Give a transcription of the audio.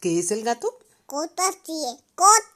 ¿Qué es el gato? 今年、今